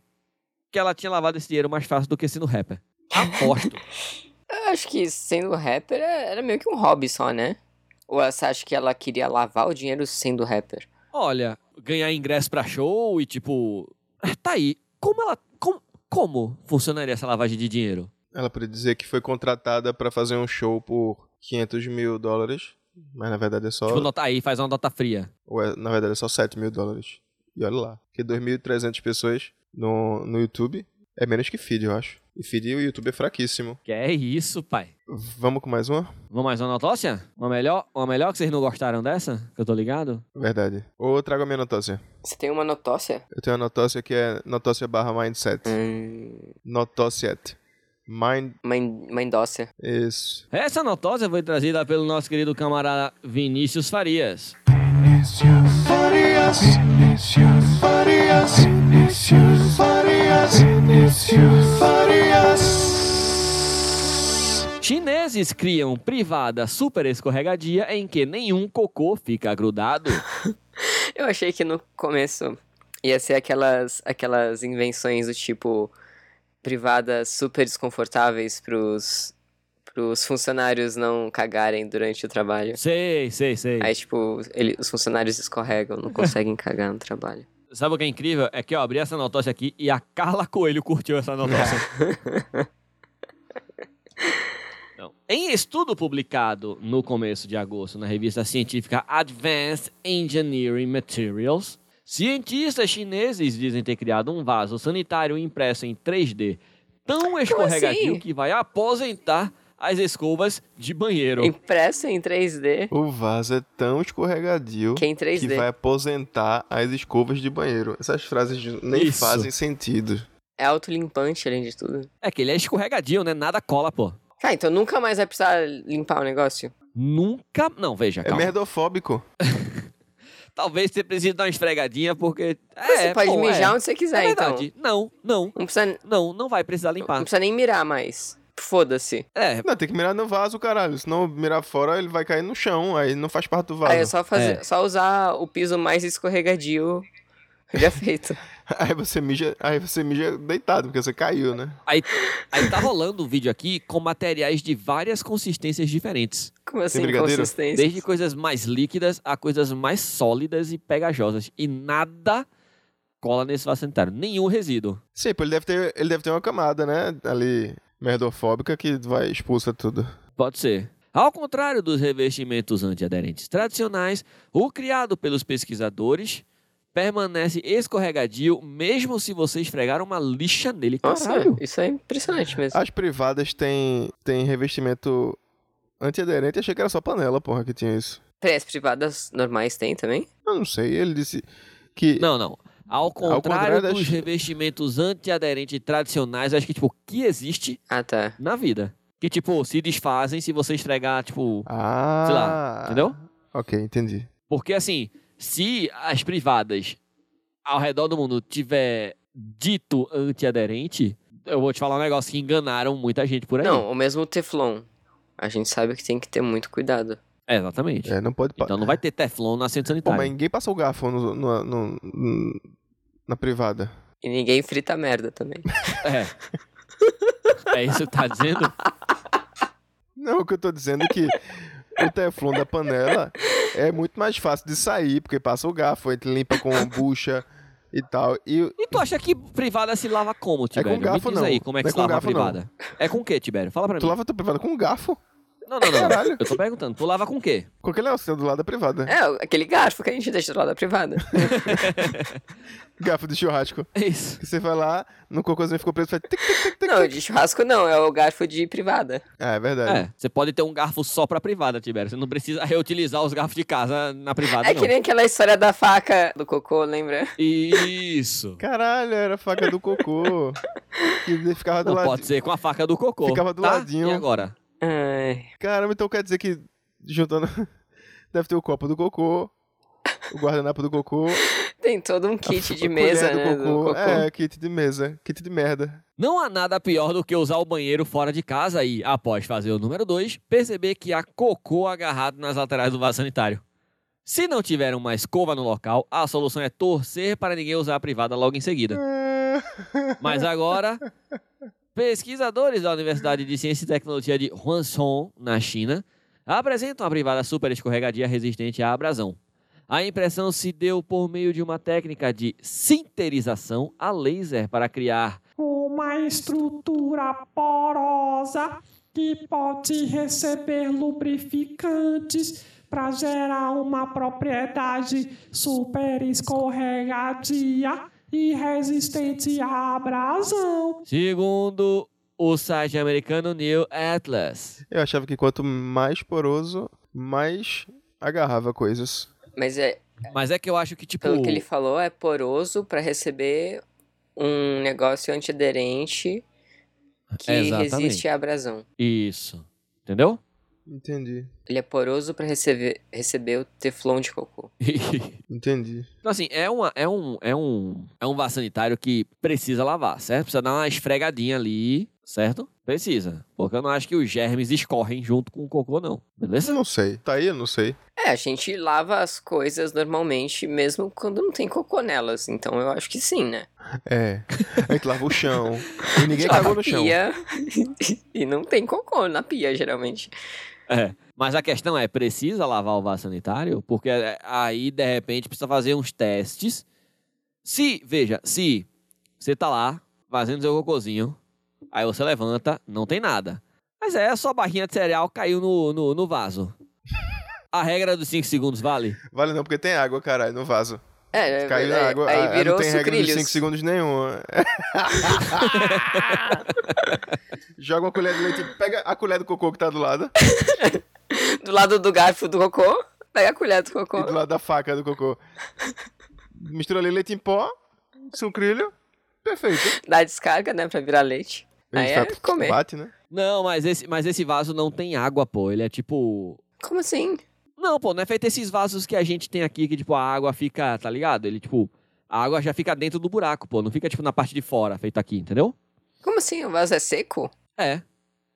B: que ela tinha lavado esse dinheiro mais fácil do que sendo rapper. Aposto.
C: Eu acho que sendo rapper é- era meio que um hobby só, né? Ou você acha que ela queria lavar o dinheiro sendo rapper?
B: Olha, ganhar ingresso pra show e tipo. Tá aí. Como ela. Como, como funcionaria essa lavagem de dinheiro?
A: Ela podia dizer que foi contratada pra fazer um show por 500 mil dólares, mas na verdade é só.
B: Tipo, nota aí, faz uma nota fria.
A: ou é- na verdade é só 7 mil dólares. E olha lá. Porque 2.300 pessoas no, no YouTube é menos que feed, eu acho. E feed o YouTube é fraquíssimo.
B: Que é isso, pai.
A: Vamos com mais uma?
B: Vamos mais uma notócia? Uma melhor? Uma melhor que vocês não gostaram dessa? Que eu tô ligado?
A: Verdade. Ou eu trago a minha notócia.
C: Você tem uma notócia?
A: Eu tenho a notócia que é notócia barra mindset.
C: Hum,
A: Notócia. Mind.
C: uma, in- uma endócia.
A: Isso.
B: Essa notócia foi trazida pelo nosso querido camarada Vinícius Farias. Chineses criam privada super escorregadia em que nenhum cocô fica grudado.
C: Eu achei que no começo ia ser aquelas, aquelas invenções do tipo privadas super desconfortáveis pros, pros funcionários não cagarem durante o trabalho.
B: sei, sei, sei.
C: Aí, tipo, ele, os funcionários escorregam, não conseguem cagar no trabalho.
B: Sabe o que é incrível? É que eu abri essa notócia aqui e a Carla Coelho curtiu essa notócia. Então, em estudo publicado no começo de agosto na revista científica Advanced Engineering Materials, cientistas chineses dizem ter criado um vaso sanitário impresso em 3D tão escorregadio
C: assim?
B: que vai aposentar as escovas de banheiro.
C: Impresso em 3D,
A: O vaso é tão escorregadio.
C: que é em 3D.
A: que vai aposentar as escovas de banheiro. Essas frases nem
B: Isso.
A: fazem sentido.
C: É autolimpante, além de tudo.
B: É que ele é escorregadio, né? Nada cola, pô.
C: Cara, então nunca mais vai precisar limpar o negócio?
B: Nunca. Não, veja,
A: É
B: calma.
A: merdofóbico.
B: Talvez você precise dar uma esfregadinha, porque.
C: você pode
B: bom,
C: mijar
B: é.
C: onde você
B: É
C: quiser, então.
B: verdade. Não, não,
C: Não precisa,
B: não, não vai precisar
C: não
B: limpar.
C: precisa nem mirar mais. Foda-se.
B: É,
A: Não, tem que mirar no vaso, caralho. Se não mirar fora, ele vai cair no chão. Aí não faz parte do vaso.
C: Aí é só, fazer,
B: É.
C: só usar o piso mais escorregadio já feito.
A: Aí você mija, aí você mija deitado, porque você caiu, né?
B: Aí, aí tá rolando um vídeo aqui com materiais de várias consistências diferentes.
C: Como assim,
A: brigadeiro?
C: consistência?
B: Desde coisas mais líquidas a coisas mais sólidas e pegajosas. E nada cola nesse vaso sanitário. Nenhum resíduo.
A: Sim, pô, ele deve ter, ele deve ter uma camada, né? Ali merdofóbica que vai expulsa tudo.
B: Pode ser. Ao contrário dos revestimentos antiaderentes tradicionais, o criado pelos pesquisadores permanece escorregadio mesmo se você esfregar uma lixa nele.
C: Nossa,
B: Caralho.
C: isso é impressionante mesmo.
A: As privadas têm têm revestimento antiaderente, achei que era só panela, porra, que tinha isso.
C: Peraí, as privadas normais tem também?
A: Eu não sei, ele disse que
B: Não, não. Ao contrário,
A: contrário das-
B: dos revestimentos antiaderentes tradicionais, acho que, tipo, que existe
C: Ah, tá.
B: na vida. Que, tipo, se desfazem se você esfregar, tipo,
A: Ah.
B: Sei lá, entendeu?
A: OK, entendi.
B: Porque assim, se as privadas ao redor do mundo tiver dito antiaderente, eu vou te falar um negócio que enganaram muita gente por aí.
C: Não, o mesmo Teflon. A gente sabe que tem que ter muito cuidado.
B: É, exatamente.
A: É, não pode pa-
B: Então não vai ter Teflon na centro
A: Pô,
B: sanitária.
A: mas ninguém passa o garfo no, no- no- no- na privada.
C: E ninguém frita merda também.
B: É. É isso que tá dizendo?
A: Não, o que eu tô dizendo é que o teflon da panela é muito mais fácil de sair, porque passa o garfo, ele limpa com bucha e tal. E
B: E tu acha que privada se lava como, Tibério?
A: É garfo,
B: Me diz
A: não.
B: aí, como é que
A: Não é
B: se
A: com
B: lava a
A: garfo, não.
B: privada? É com o quê, Tibério? Fala pra
A: tu
B: mim.
A: lava a tua privada com um garfo?
B: Não, não, não.
A: Caralho.
B: Eu tô perguntando. Tu lava com o quê?
A: Com aquele negócio do lado da privada.
C: É, aquele garfo que a gente deixa do lado da privada.
A: Garfo de churrasco.
B: É isso.
A: Que você vai lá, no cocôzinho ficou preso, faz tic, tic, tic, tic.
C: Não, de churrasco não, é o garfo de privada.
A: Ah, é verdade.
B: É, você pode ter um garfo só pra privada, Tibério. Você não precisa reutilizar os garfos de casa na privada,
C: É
B: não.
C: que nem aquela história da faca do cocô, lembra?
B: Isso.
A: Caralho, era a faca do cocô. que ele ficava do
B: Não
A: lado.
B: pode ser com a faca do cocô.
A: Ficava do
B: tá?
A: ladinho.
B: E agora?
C: Ai,
A: Caramba, então quer dizer que juntando. Deve ter o copo do cocô, o guardanapo do cocô,
C: tem todo um kit de
A: a
C: mesa,
A: colher
C: né?
A: do
C: Do
A: cocô.
C: cocô.
A: É, kit de mesa, kit de merda.
B: Não há nada pior do que usar o banheiro fora de casa e, após fazer o número 2, perceber que há cocô agarrado nas laterais do vaso sanitário. Se não tiver uma escova no local, a solução é torcer para ninguém usar a privada logo em seguida. Mas agora, pesquisadores da Universidade de Ciência e Tecnologia de Hwangson, na China, apresentam a privada super escorregadia resistente à abrasão. A impressão se deu por meio de uma técnica de sinterização a laser para criar
E: uma estrutura porosa que pode receber lubrificantes para gerar uma propriedade super escorregadia e resistente à abrasão.
B: Segundo o site americano New Atlas.
A: Eu achava que quanto mais poroso, mais agarrava coisas.
C: Mas é,
B: Mas é que eu acho que, tipo.
C: pelo que ele falou, é poroso pra receber um negócio antiaderente
A: É,
C: que
B: Exatamente.
C: resiste à abrasão.
B: Isso. Entendeu?
A: Entendi,
C: Ele é poroso pra receber, receber o teflon de cocô.
B: então,
A: entendi.
B: assim, é, uma, é um. É um. É um vaso sanitário que precisa lavar, certo? Precisa dar uma esfregadinha ali, certo? Precisa. Porque eu não acho que os germes escorrem junto com o cocô, não.
A: Eu
B: Beleza?
A: não sei. Tá aí, eu não sei.
C: É, a gente lava as coisas normalmente, mesmo quando não tem cocô nelas. Então eu acho que sim, né?
A: É. A gente lava o chão. E ninguém
C: Lava
A: cagou
C: a
A: no chão.
C: pia e não tem cocô na pia, geralmente.
B: É. Mas a questão é, precisa lavar o vaso sanitário? Porque é, aí, de repente, precisa fazer uns testes. Se, veja, se você tá lá fazendo seu cocôzinho, aí você levanta, não tem nada. Mas é, a sua barrinha de cereal caiu no, no, no vaso. A regra dos 5 segundos vale?
A: Vale não, porque tem água, caralho, no vaso.
C: É,
A: Caiu
C: é,
A: na água.
C: aí
A: ah,
C: virou
A: não tem regra de
C: sucrilhos.
A: 5 segundos nenhum. Joga uma colher de leite, pega a colher do cocô que tá do lado
C: Do lado do garfo do cocô, pega a colher do cocô.
A: e do lado da faca do cocô. Mistura ali leite em pó, sucrilho, perfeito.
C: Dá descarga, né, pra virar leite. Aí
A: A
C: é
A: gente vai-
C: comer.
A: Bate, né?
B: Não, mas esse, mas esse vaso não tem água, pô. Ele é tipo.
C: Como assim?
B: Não, pô, não é feito esses vasos que a gente tem aqui, que, tipo, a água fica, tá ligado? Ele, tipo, a água já fica dentro do buraco, pô. Não fica, tipo, na parte de fora, feito aqui, entendeu?
C: Como assim? O vaso é seco?
B: É.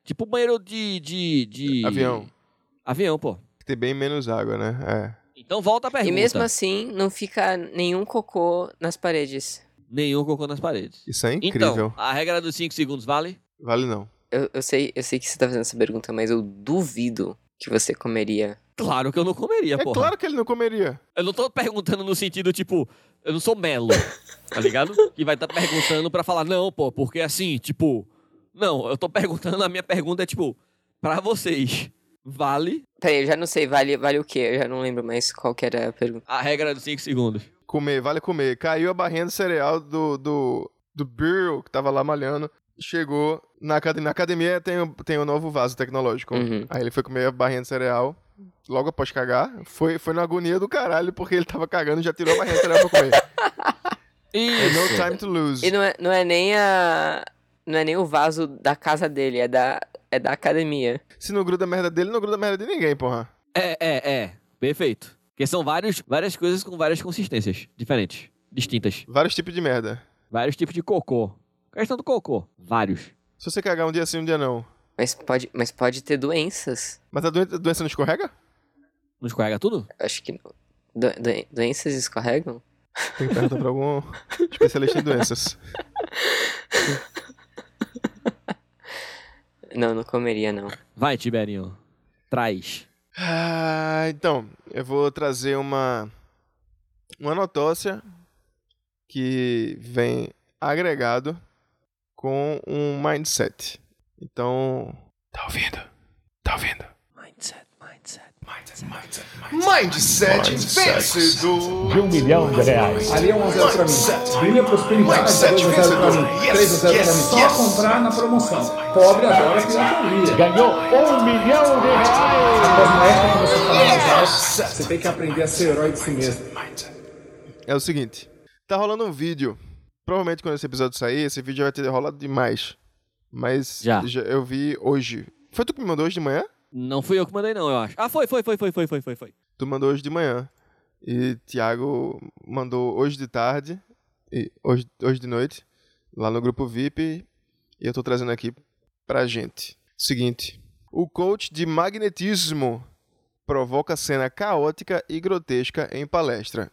B: Tipo banheiro de. de, de...
A: Avião.
B: Avião, pô.
A: Tem bem menos água, né? É.
B: Então volta a pergunta.
C: assim, E mesmo assim, não fica nenhum cocô nas paredes.
B: nenhum cocô nas paredes.
A: Isso é incrível.
B: Então, a regra dos 5 segundos vale?
A: Vale não.
C: Eu, eu, sei, eu sei que você tá fazendo essa pergunta, mas eu duvido que você comeria.
B: Claro que eu não comeria,
A: É
B: porra.
A: claro que ele não comeria.
B: Eu não tô perguntando no sentido, tipo, eu não sou melo, tá ligado? Que vai estar perguntando pra falar, não, pô, porque assim, tipo. Não, eu tô perguntando, a minha pergunta é, tipo, pra vocês, vale
C: Peraí, eu já não sei, vale, vale o quê? Eu já não lembro mais qual que era a pergunta.
B: a regra dos 5 segundos?
A: Comer, vale comer. Caiu a barrinha do cereal do, do, do Bill, que tava lá malhando. Chegou na academia. Na academia tem o, tem o novo vaso tecnológico.
C: Uhum.
A: Aí ele foi comer a barrinha de cereal. Logo após cagar, foi, foi na agonia do caralho, porque ele tava cagando e já tirou a barrinha de cereal pra comer. É
B: Isso.
A: no time to lose.
C: E não é, não é nem a. Não é nem o vaso da casa dele, é da, é da academia.
A: Se não gruda a merda dele, não gruda a merda de ninguém, porra.
B: É, é, é. Perfeito. Porque são vários, várias coisas com várias consistências diferentes, distintas.
A: Vários tipos de merda.
B: Vários tipos de cocô. Questão do cocô. Vários.
A: Se você cagar um dia sim, um dia não.
C: Mas pode, mas pode ter doenças.
A: Mas a doença, a doença não escorrega?
B: Não escorrega tudo?
C: Acho que não. Do- doen- doenças escorregam?
A: Tem que perguntar pra algum especialista em doenças.
C: Não, não comeria, não.
B: Vai, Tiberinho. Traz.
A: Ah, então, eu vou trazer uma uma notócia que vem agregado com um mindset. Então, tá ouvindo? Tá ouvindo?
B: Mindset, mindset.
A: Mindset, vencedor.
F: de um milhão de reais.
G: Ali é um a zero pra mim. Brilha prosperidade,
A: Mindset
G: 2 a 0 pra mim.
A: vencedor.
G: 3 a 0 pra mim. Só comprar na promoção. Pobre adora pirataria.
F: Ganhou um milhão de reais.
G: Após uma época que você fala mais alto, você tem que aprender a ser herói de si mesmo.
A: É o seguinte, tá rolando um vídeo. Provavelmente quando esse episódio sair, esse vídeo já vai ter rolado demais. Mas
B: Já.
A: eu vi hoje. Foi tu que me mandou hoje de manhã?
B: Não fui eu que mandei, não, eu acho. Ah, foi, foi, foi, foi, foi, foi, foi, foi.
A: Tu mandou hoje de manhã. E Thiago mandou hoje de tarde. E hoje, hoje de noite. Lá no grupo VIP. E eu tô trazendo aqui pra gente. Seguinte. O coach de magnetismo provoca cena caótica e grotesca em palestra.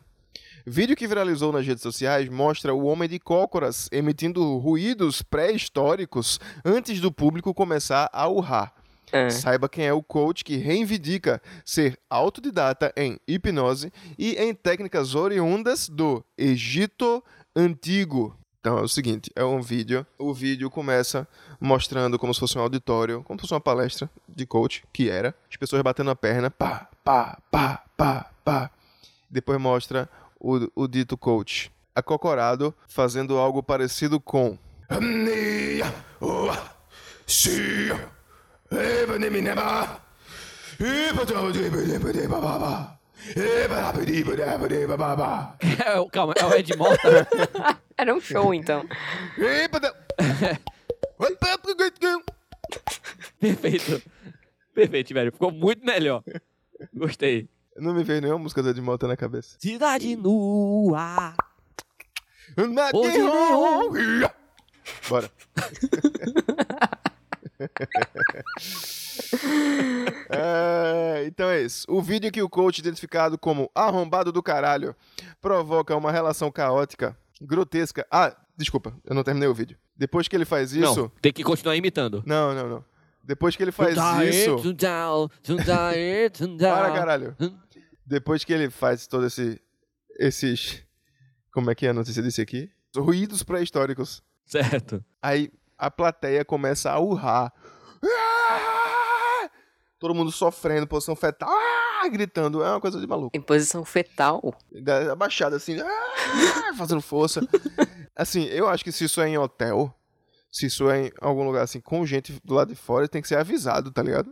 A: Vídeo que viralizou nas redes sociais mostra o homem de cócoras emitindo ruídos pré-históricos antes do público começar a urrar.
C: Ah,
A: Saiba quem é o coach que reivindica ser autodidata em hipnose e em técnicas oriundas do Egito Antigo. Então é o seguinte, é um vídeo. O vídeo começa mostrando como se fosse um auditório, como se fosse uma palestra de coach, que era. As pessoas batendo a perna, pá, pá, pá, pá, pá. Depois mostra o, o dito coach acocorado fazendo algo parecido com...
B: É, o- calma, é o Ed Mota?
C: Era um show, então.
B: Perfeito. Perfeito, velho. Ficou muito melhor. Gostei.
A: Não me veio nenhuma música do Edmota na cabeça.
B: Cidade nua. Hoje não.
A: Bora. É, então é isso. O vídeo que o coach, identificado como arrombado do caralho, provoca uma relação caótica, grotesca. Ah, desculpa, eu não terminei o vídeo. Depois que ele faz
B: Não,
A: isso.
B: tem que continuar imitando.
A: Não, não, não. Depois que ele faz
B: Tundaê,
A: isso.
B: tundau, tundaê, tundau.
A: Para, caralho.
B: Hum?
A: Depois que ele faz todo esse. Esses. Como é que é a notícia desse aqui? Ruídos pré-históricos.
B: Certo.
A: Aí a plateia começa a urrar. Ah! Todo mundo sofrendo, posição fetal, ah, gritando. É uma coisa de maluco.
C: Em posição fetal.
A: Da- Abaixada assim, ah, fazendo força. Assim, eu acho que se isso é em hotel, se isso é em algum lugar assim, com gente do lado de fora, tem que ser avisado, tá ligado?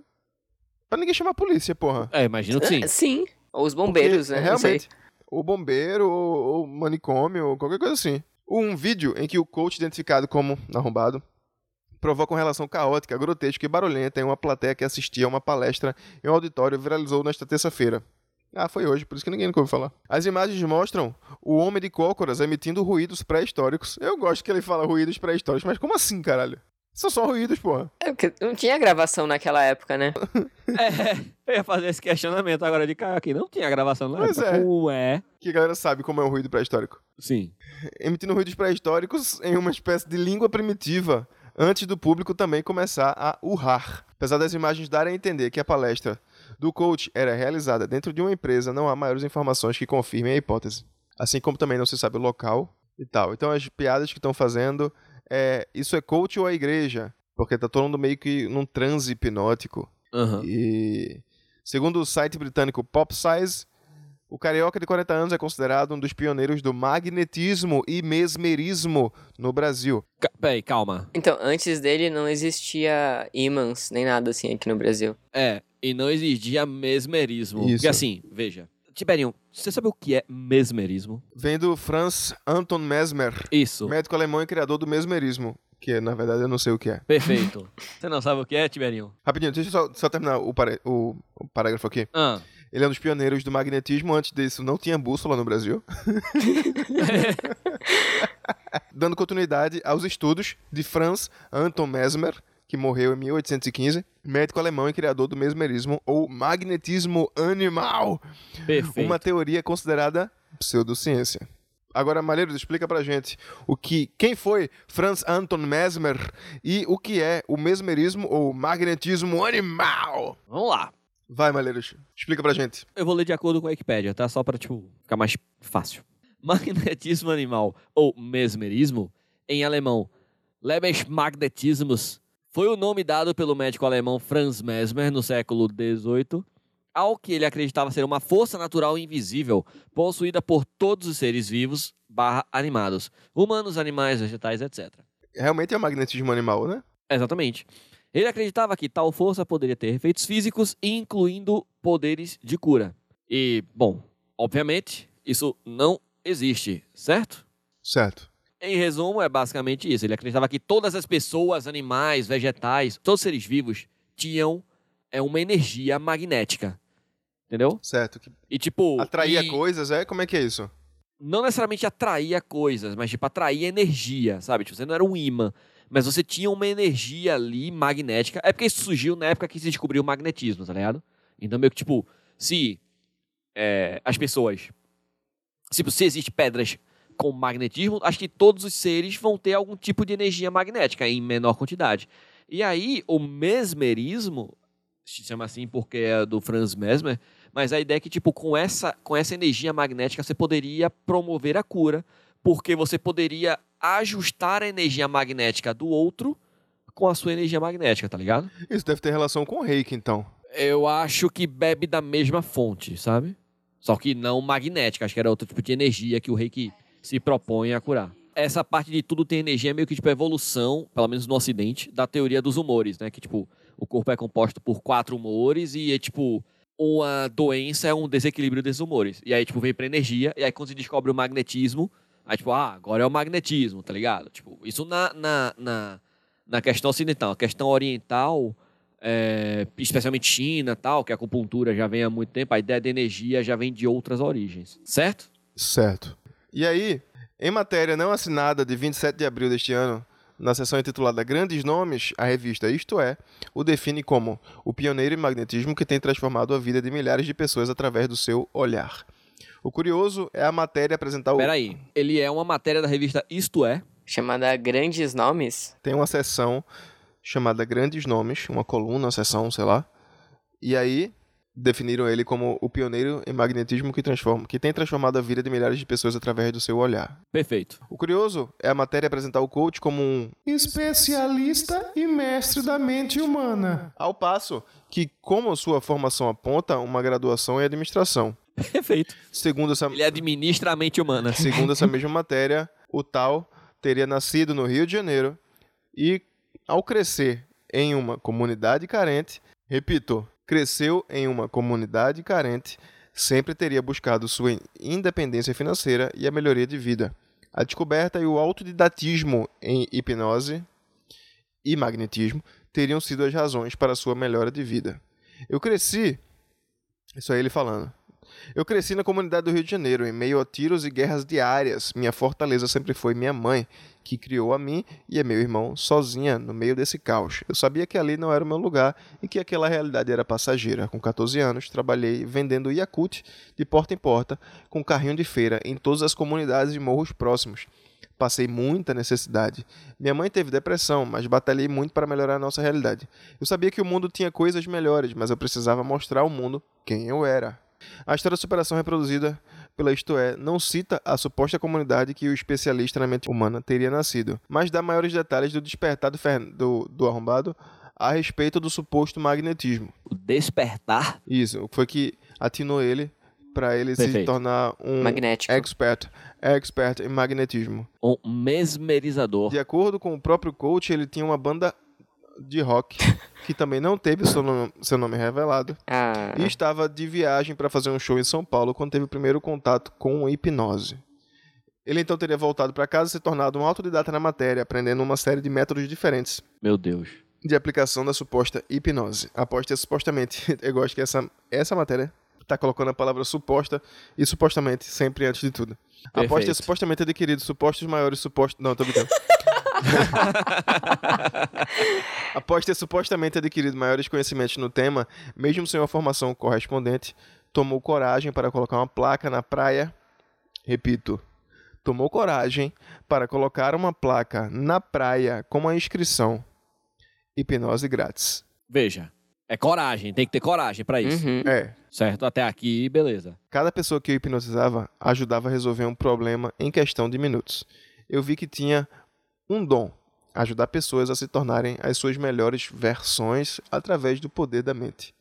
A: Pra ninguém chamar a polícia, porra.
B: É, imagino que sim.
C: Ah, Sim. Ou os bombeiros,
A: Porque,
C: né? Não sei.
A: Realmente. O bombeiro, ou ou manicômio, ou qualquer coisa assim. Um vídeo em que o coach, identificado como arrombado, provoca uma relação caótica, grotesca e barulhenta em uma plateia que assistia a uma palestra em um auditório viralizou nesta terça-feira. Ah, foi hoje, por isso que ninguém nunca ouviu falar. As imagens mostram o homem de cócoras emitindo ruídos pré-históricos. Eu gosto que ele fala ruídos pré-históricos, mas como assim, caralho? São só ruídos, porra.
C: É porque não tinha gravação naquela época, né?
B: É, eu ia fazer esse questionamento agora de cara aqui. Não tinha gravação lá.
A: Pois é.
B: Ué.
A: Que a galera sabe como é um ruído pré-histórico.
B: Sim.
A: Emitindo ruídos pré-históricos em uma espécie de língua primitiva, antes do público também começar a urrar. Apesar das imagens darem a entender que a palestra do coach era realizada dentro de uma empresa, não há maiores informações que confirmem a hipótese. Assim como também não se sabe o local e tal. Então as piadas que estão fazendo é isso é coach ou a igreja? Porque tá todo mundo meio que num transe hipnótico.
B: Aham.
A: E segundo o site britânico Pop Size, o carioca de 40 anos é considerado um dos pioneiros do magnetismo e mesmerismo no Brasil.
B: Ca- Peraí, calma.
C: Então, antes dele não existia imãs nem nada assim aqui no Brasil.
B: É, e não exigia mesmerismo.
A: Isso.
B: Porque assim, veja. Tiberinho, você sabe o que é mesmerismo?
A: Vem do Franz Anton Mesmer,
B: Isso.
A: médico alemão e criador do mesmerismo, que na verdade eu não sei o que é.
B: Perfeito. você não sabe o que é, Tiberinho?
A: Rapidinho, deixa eu só, só terminar o, pare- o- o parágrafo aqui.
B: Ah.
A: Ele é um dos pioneiros do magnetismo, antes disso não tinha bússola no Brasil. Dando continuidade aos estudos de Franz Anton Mesmer, que morreu em 1815, médico alemão e criador do mesmerismo ou magnetismo animal,
B: Perfeito.
A: uma teoria considerada pseudociência. Agora, Malheiros, explica pra gente o que, quem foi Franz Anton Mesmer e o que é o mesmerismo ou magnetismo animal.
B: Vamos lá.
A: Vai, Malheiros, explica pra gente.
B: Eu vou ler de acordo com a Wikipédia, tá? Só pra, tipo, ficar mais fácil. Magnetismo animal, ou mesmerismo, em alemão, Lebensmagnetismus, foi o nome dado pelo médico alemão Franz Mesmer no século XVIII, ao que ele acreditava ser uma força natural invisível, possuída por todos os seres vivos, barra animados, humanos, animais, vegetais, etc.
A: realmente é magnetismo animal, né?
B: Exatamente. Ele acreditava que tal força poderia ter efeitos físicos, incluindo poderes de cura. E, bom, obviamente, isso não existe, certo?
A: Certo.
B: Em resumo, é basicamente isso. Ele acreditava que todas as pessoas, animais, vegetais, todos os seres vivos tinham é, uma energia magnética. Entendeu?
A: Certo. Que
B: E tipo.
A: atraía
B: e
A: coisas, é? Como é que é isso?
B: Não necessariamente atraía coisas, mas tipo, atraía energia, sabe? Tipo, você não era um imã. Mas você tinha uma energia ali magnética. É porque isso surgiu na época que se descobriu o magnetismo, tá ligado? Então, meio que, tipo, se é, as pessoas. Tipo, se existem pedras com magnetismo, acho que todos os seres vão ter algum tipo de energia magnética em menor quantidade. E aí, o mesmerismo, se chama assim porque é do Franz Mesmer, mas a ideia é que, tipo, com essa, com essa energia magnética você poderia promover a cura, porque você poderia ajustar a energia magnética do outro com a sua energia magnética, tá ligado?
A: Isso deve ter relação com o reiki, então.
B: Eu acho que bebe da mesma fonte, sabe? Só que não magnética, acho que era outro tipo de energia que o reiki se propõe a curar. Essa parte de tudo tem energia é meio que tipo a evolução, pelo menos no ocidente, da teoria dos humores, né? Que tipo, o corpo é composto por quatro humores e é tipo uma doença é um desequilíbrio desses humores. E aí tipo vem pra energia e aí quando se descobre o magnetismo, aí tipo, ah, agora é o magnetismo, tá ligado? Tipo, isso na na, na, na questão ocidental, a questão oriental, é, especialmente China tal, que a acupuntura já vem há muito tempo, a ideia de energia já vem de outras origens, certo?
A: Certo. E aí, em matéria não assinada de 27 de abril deste ano, na sessão intitulada Grandes Nomes, a revista Isto É, o define como o pioneiro em magnetismo que tem transformado a vida de milhares de pessoas através do seu olhar. O curioso é a matéria apresentar o...
B: Peraí, ele é uma matéria da revista Isto É,
C: Chamada Grandes Nomes?
A: tem uma seção chamada Grandes Nomes, uma coluna, uma seção, sei lá. E aí definiram ele como o pioneiro em magnetismo que transforma, que tem transformado a vida de milhares de pessoas através do seu olhar.
B: perfeito.
A: O curioso é a matéria apresentar o coach como um
F: Especialista e mestre da mente humana.
A: ao passo que como sua formação aponta uma graduação em administração.
B: Perfeito.
A: Segundo essa
B: Ele administra a mente humana.
A: né? Segundo essa mesma matéria, o tal teria nascido no Rio de Janeiro e, ao crescer em uma comunidade carente, repito, cresceu em uma comunidade carente, sempre teria buscado sua in- independência financeira e a melhoria de vida. A descoberta e o autodidatismo em hipnose e magnetismo teriam sido as razões para sua melhora de vida. Eu cresci, isso aí ele falando. Eu cresci na comunidade do Rio de Janeiro, em meio a tiros e guerras diárias. Minha fortaleza sempre foi minha mãe, que criou a mim e a meu irmão sozinha no meio desse caos. Eu sabia que ali não era o meu lugar e que aquela realidade era passageira. Com 14 anos, trabalhei vendendo Yakult de porta em porta, com carrinho de feira, em todas as comunidades e morros próximos. Passei muita necessidade. Minha mãe teve depressão, mas batalhei muito para melhorar a nossa realidade. Eu sabia que o mundo tinha coisas melhores, mas eu precisava mostrar ao mundo quem eu era. A história da superação reproduzida pela Isto É não cita a suposta comunidade que o especialista na mente humana teria nascido, mas dá maiores detalhes do despertar do, Fern- do, do arrombado a respeito do suposto magnetismo.
B: O despertar.
A: Isso, foi que atinou ele para ele se
B: Perfeito.
A: tornar um
C: Magnético.
A: expert, expert em magnetismo.
B: Um mesmerizador.
A: De acordo com o próprio coach, ele tinha uma banda de rock que também não teve seu nome, seu nome revelado
C: Ah,
A: e estava de viagem para fazer um show em São Paulo quando teve o primeiro contato com a hipnose. Ele então teria voltado para casa e se tornado um autodidata na matéria, aprendendo uma série de métodos diferentes
B: Meu Deus.
A: de aplicação da suposta hipnose. Após ter supostamente, eu gosto que essa, essa matéria tá colocando a palavra suposta e supostamente sempre antes de tudo. Após ter
B: Perfeito.
A: supostamente adquirido supostos maiores supostos. Não, tô brincando. Após ter é supostamente adquirido maiores conhecimentos no tema, mesmo sem uma formação correspondente, tomou coragem para colocar uma placa na praia. Repito, tomou coragem para colocar uma placa na praia com a inscrição hipnose grátis.
B: Veja. É coragem, tem que ter coragem pra isso.
C: uhum.
A: É.
B: Certo? Até aqui, beleza.
A: Cada pessoa que eu hipnotizava ajudava a resolver um problema em questão de minutos. Eu vi que tinha um dom: ajudar pessoas a se tornarem as suas melhores versões através do poder da mente.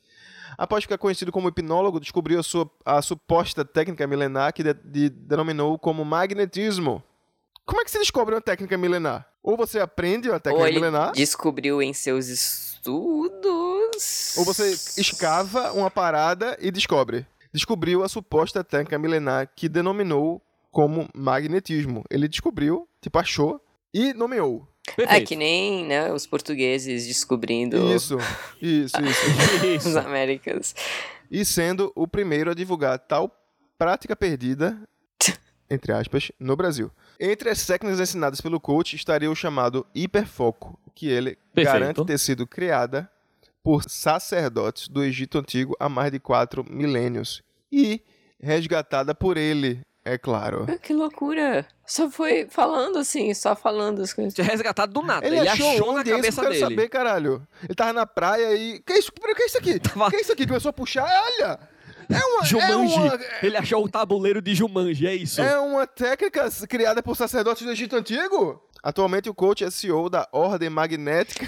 A: Após ficar conhecido como hipnólogo, descobriu a, sua, a suposta técnica milenar que de- de- denominou como magnetismo. Como é que se descobre uma técnica milenar? Ou você aprende uma técnica
C: Ou ele
A: Tá milenar,
C: descobriu em seus estudos.
A: Ou você escava uma parada e descobre. Descobriu a suposta técnica milenar que denominou como magnetismo. Ele descobriu, tipo, achou e nomeou.
C: É
B: Perfeito.
C: que nem né, os portugueses descobrindo
A: Isso, isso, isso.
C: os
B: Isso.
C: Américas.
A: E sendo o primeiro a divulgar tal prática perdida, entre aspas, no Brasil. Entre as técnicas ensinadas pelo coach estaria o chamado hiperfoco, que ele
B: Perfeito.
A: garante ter sido criada por sacerdotes do Egito Antigo há mais de quatro milênios e resgatada por ele, é claro.
C: Ah, Que loucura. Só foi falando assim, só falando as coisas.
B: Tinha resgatado do nada. Ele, achou, na
A: onde é isso que eu
B: cabeça
A: quero
B: dele.
A: saber, caralho. Ele tava na praia e... Que é isso, que é isso aqui?
B: Tava-
A: Que é isso aqui? Começou a puxar, olha! É uma...
B: Jumanji.
A: É uma...
B: Ele achou o tabuleiro de Jumanji, é isso.
A: É uma técnica s- criada por sacerdotes do Egito Antigo? Atualmente o coach é CEO da Ordem Magnética.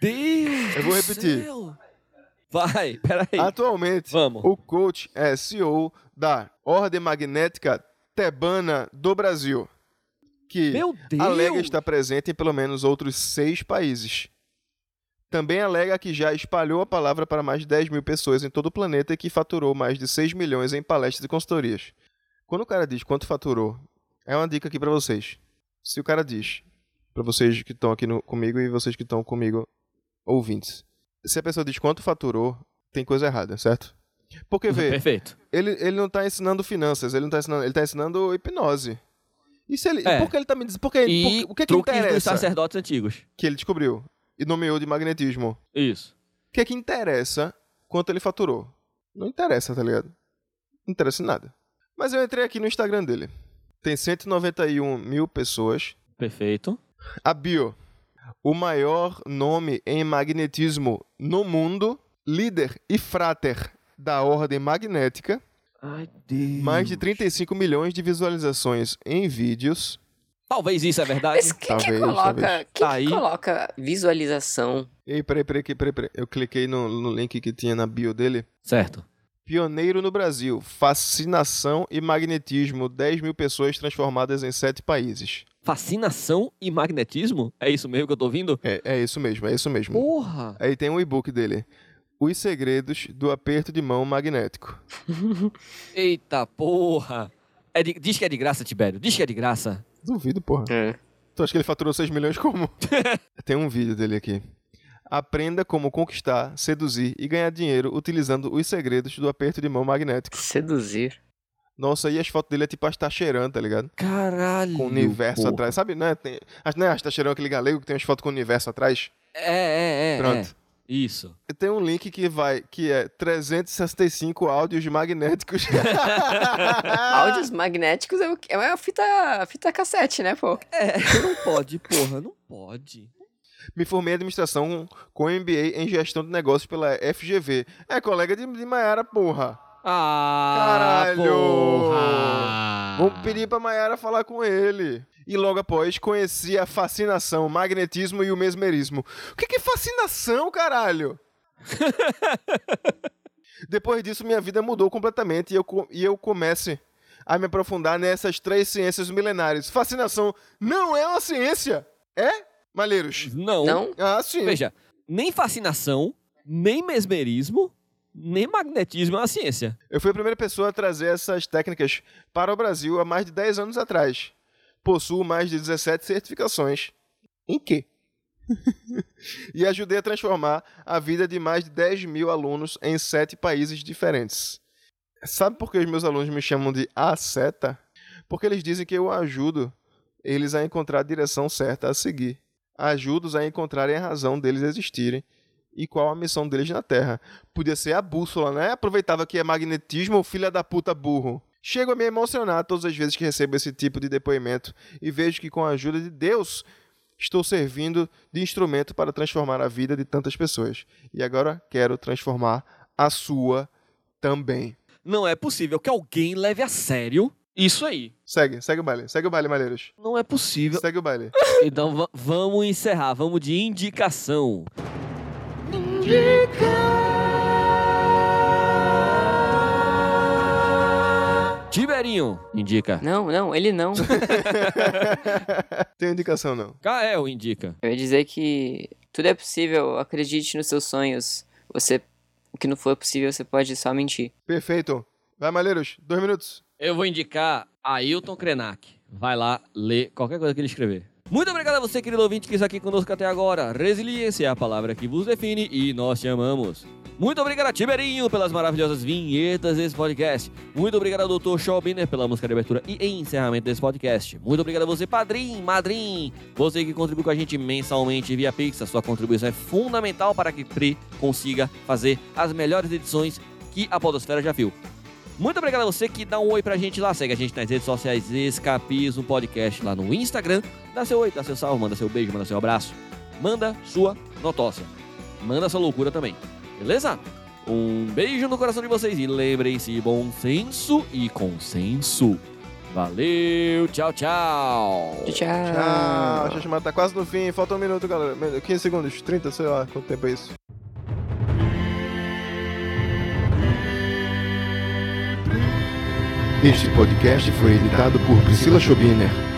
B: Deus
A: Eu vou
B: do
A: repetir.
B: céu. Vai, peraí.
A: Atualmente
B: Vamos.
A: o coach é CEO da Ordem Magnética Tebana do Brasil. Que
B: Meu Deus.
A: alega estar presente em pelo menos outros seis países. Também alega que já espalhou a palavra para mais de 10 mil pessoas em todo o planeta e que faturou mais de 6 milhões em palestras e consultorias. Quando o cara diz quanto faturou, é uma dica aqui para vocês. Se o cara diz, para vocês que estão aqui no- comigo e vocês que estão comigo, ouvintes. Se a pessoa diz quanto faturou, tem coisa errada, certo? Porque, vê,
B: Perfeito.
A: ele, ele não tá ensinando finanças, ele não tá ensinando, ele tá ensinando hipnose. E se ele,
B: É.
A: por que ele tá me dizendo, por que,
B: E
A: por que- o que que
B: truques dos
A: interessa
B: sacerdotes antigos.
A: que ele descobriu e nomeou de magnetismo?
B: Isso.
A: O que que interessa quanto ele faturou? Não interessa, tá ligado? Não interessa em nada. Mas eu entrei aqui no Instagram dele. Tem 191 mil pessoas.
B: Perfeito.
A: A bio. O maior nome em magnetismo no mundo, líder e frater da ordem magnética.
B: Ai, Deus.
A: Mais de 35 milhões de visualizações em vídeos.
B: Talvez isso é verdade.
C: Mas quem que
A: Talvez,
C: coloca,
A: talvez.
C: quem
B: Aí-
C: que coloca visualização?
A: Ei, peraí, peraí, que- peraí, peraí. Eu cliquei no, no link que tinha na bio dele.
B: Certo.
A: Pioneiro no Brasil. Fascinação e magnetismo. 10 mil pessoas transformadas em 7 países.
B: Fascinação e magnetismo? É isso mesmo que eu tô ouvindo?
A: É, é isso mesmo, é isso
B: Uh!
A: mesmo.
B: Porra!
A: Aí tem um e-book dele. Os segredos do aperto de mão magnético.
B: Eita porra! É de- diz que é de graça, Tibério. Diz que é de graça.
A: Duvido, porra.
C: É.
A: Tu acha que ele faturou 6 milhões como? Tem um vídeo dele aqui. Aprenda como conquistar, seduzir e ganhar dinheiro utilizando os segredos do aperto de mão magnético.
C: Seduzir.
A: Nossa, e as fotos dele é tipo Astacheran, tá ligado?
B: Caralho.
A: Com o universo
B: pô.
A: atrás. Sabe, né? Tem, as- né Astacheran, aquele galego que tem as fotos com o universo atrás.
B: É, é, é.
A: Pronto.
B: é. Isso.
A: Tem um link que vai, que é 365 áudios magnéticos. Ah.
C: Áudios magnéticos é, o que- é uma fita, fita cassete, né, pô?
B: É, não pode, porra, não pode.
A: Me formei em administração com MBA em gestão de negócios pela FGV. É colega de, de Maiara, porra.
B: Ah,
A: Caralho.
B: porra.
A: Vou pedir pra Maiara falar com ele. E logo após, conheci a fascinação, magnetismo e o mesmerismo. O que que é fascinação, caralho? Depois disso, minha vida mudou completamente e eu, co- e eu comece a me aprofundar nessas três ciências milenares. Fascinação não é uma ciência, é? Malheiros.
B: Não.
C: Não?
A: Ah, sim.
B: Veja, nem fascinação, nem mesmerismo, nem magnetismo é uma ciência.
A: Eu fui a primeira pessoa a trazer essas técnicas para o Brasil há mais de 10 anos atrás. Possuo mais de 17 certificações. Em quê? e ajudei a transformar a vida de mais de 10 mil alunos em 7 países diferentes. Sabe por que os meus alunos me chamam de a seta? Porque eles dizem que eu ajudo eles a encontrar a direção certa a seguir. Ajudo-os a encontrarem a razão deles existirem e qual a missão deles na Terra. Podia ser a bússola, né? Aproveitava que é magnetismo, filha da puta burro. Chego a me emocionar todas as vezes que recebo esse tipo de depoimento e vejo que, com a ajuda de Deus, estou servindo de instrumento para transformar a vida de tantas pessoas. E agora quero transformar a sua também.
B: Não é possível que alguém leve a sério isso aí.
A: Segue, segue o baile, segue o baile, Malheiros.
B: Não é possível.
A: Segue o baile.
B: Então va- vamos encerrar, vamos de indicação. Indica. Tiberinho, indica.
C: Não, não, ele não.
A: Tem indicação, não.
B: Kael indica.
C: Eu ia dizer que tudo é possível, acredite nos seus sonhos. Você, o que não for possível, você pode só mentir.
A: Perfeito. Vai, Malheiros, dois minutos.
B: Eu vou indicar Ailton Krenak. Vai lá ler qualquer coisa que ele escrever. Muito obrigado a você, querido ouvinte, que está aqui conosco até agora. Resiliência é a palavra que vos define e nós te amamos. Muito obrigado a Tiberinho pelas maravilhosas vinhetas desse podcast. Muito obrigado ao Dr. Schaubiner pela música de abertura e encerramento desse podcast. Muito obrigado a você, padrinho, madrinho, você que contribui com a gente mensalmente via Pix. A sua contribuição é fundamental para que Pri consiga fazer as melhores edições que a Podosfera já viu. Muito obrigado a você que dá um oi pra gente lá. Segue a gente nas redes sociais Escapismo Podcast lá no Instagram. Dá seu oi, dá seu salve, manda seu beijo, manda seu abraço. Manda sua notócia. Manda sua loucura também. Beleza? Um beijo no coração de vocês e lembrem-se, bom senso e consenso. Valeu, tchau, tchau.
A: Tchau. Deixa eu chamar, tá quase no fim. Falta um minuto, galera. 15 segundos, 30, sei lá quanto tempo é isso. Este podcast foi editado por Priscila Schobiner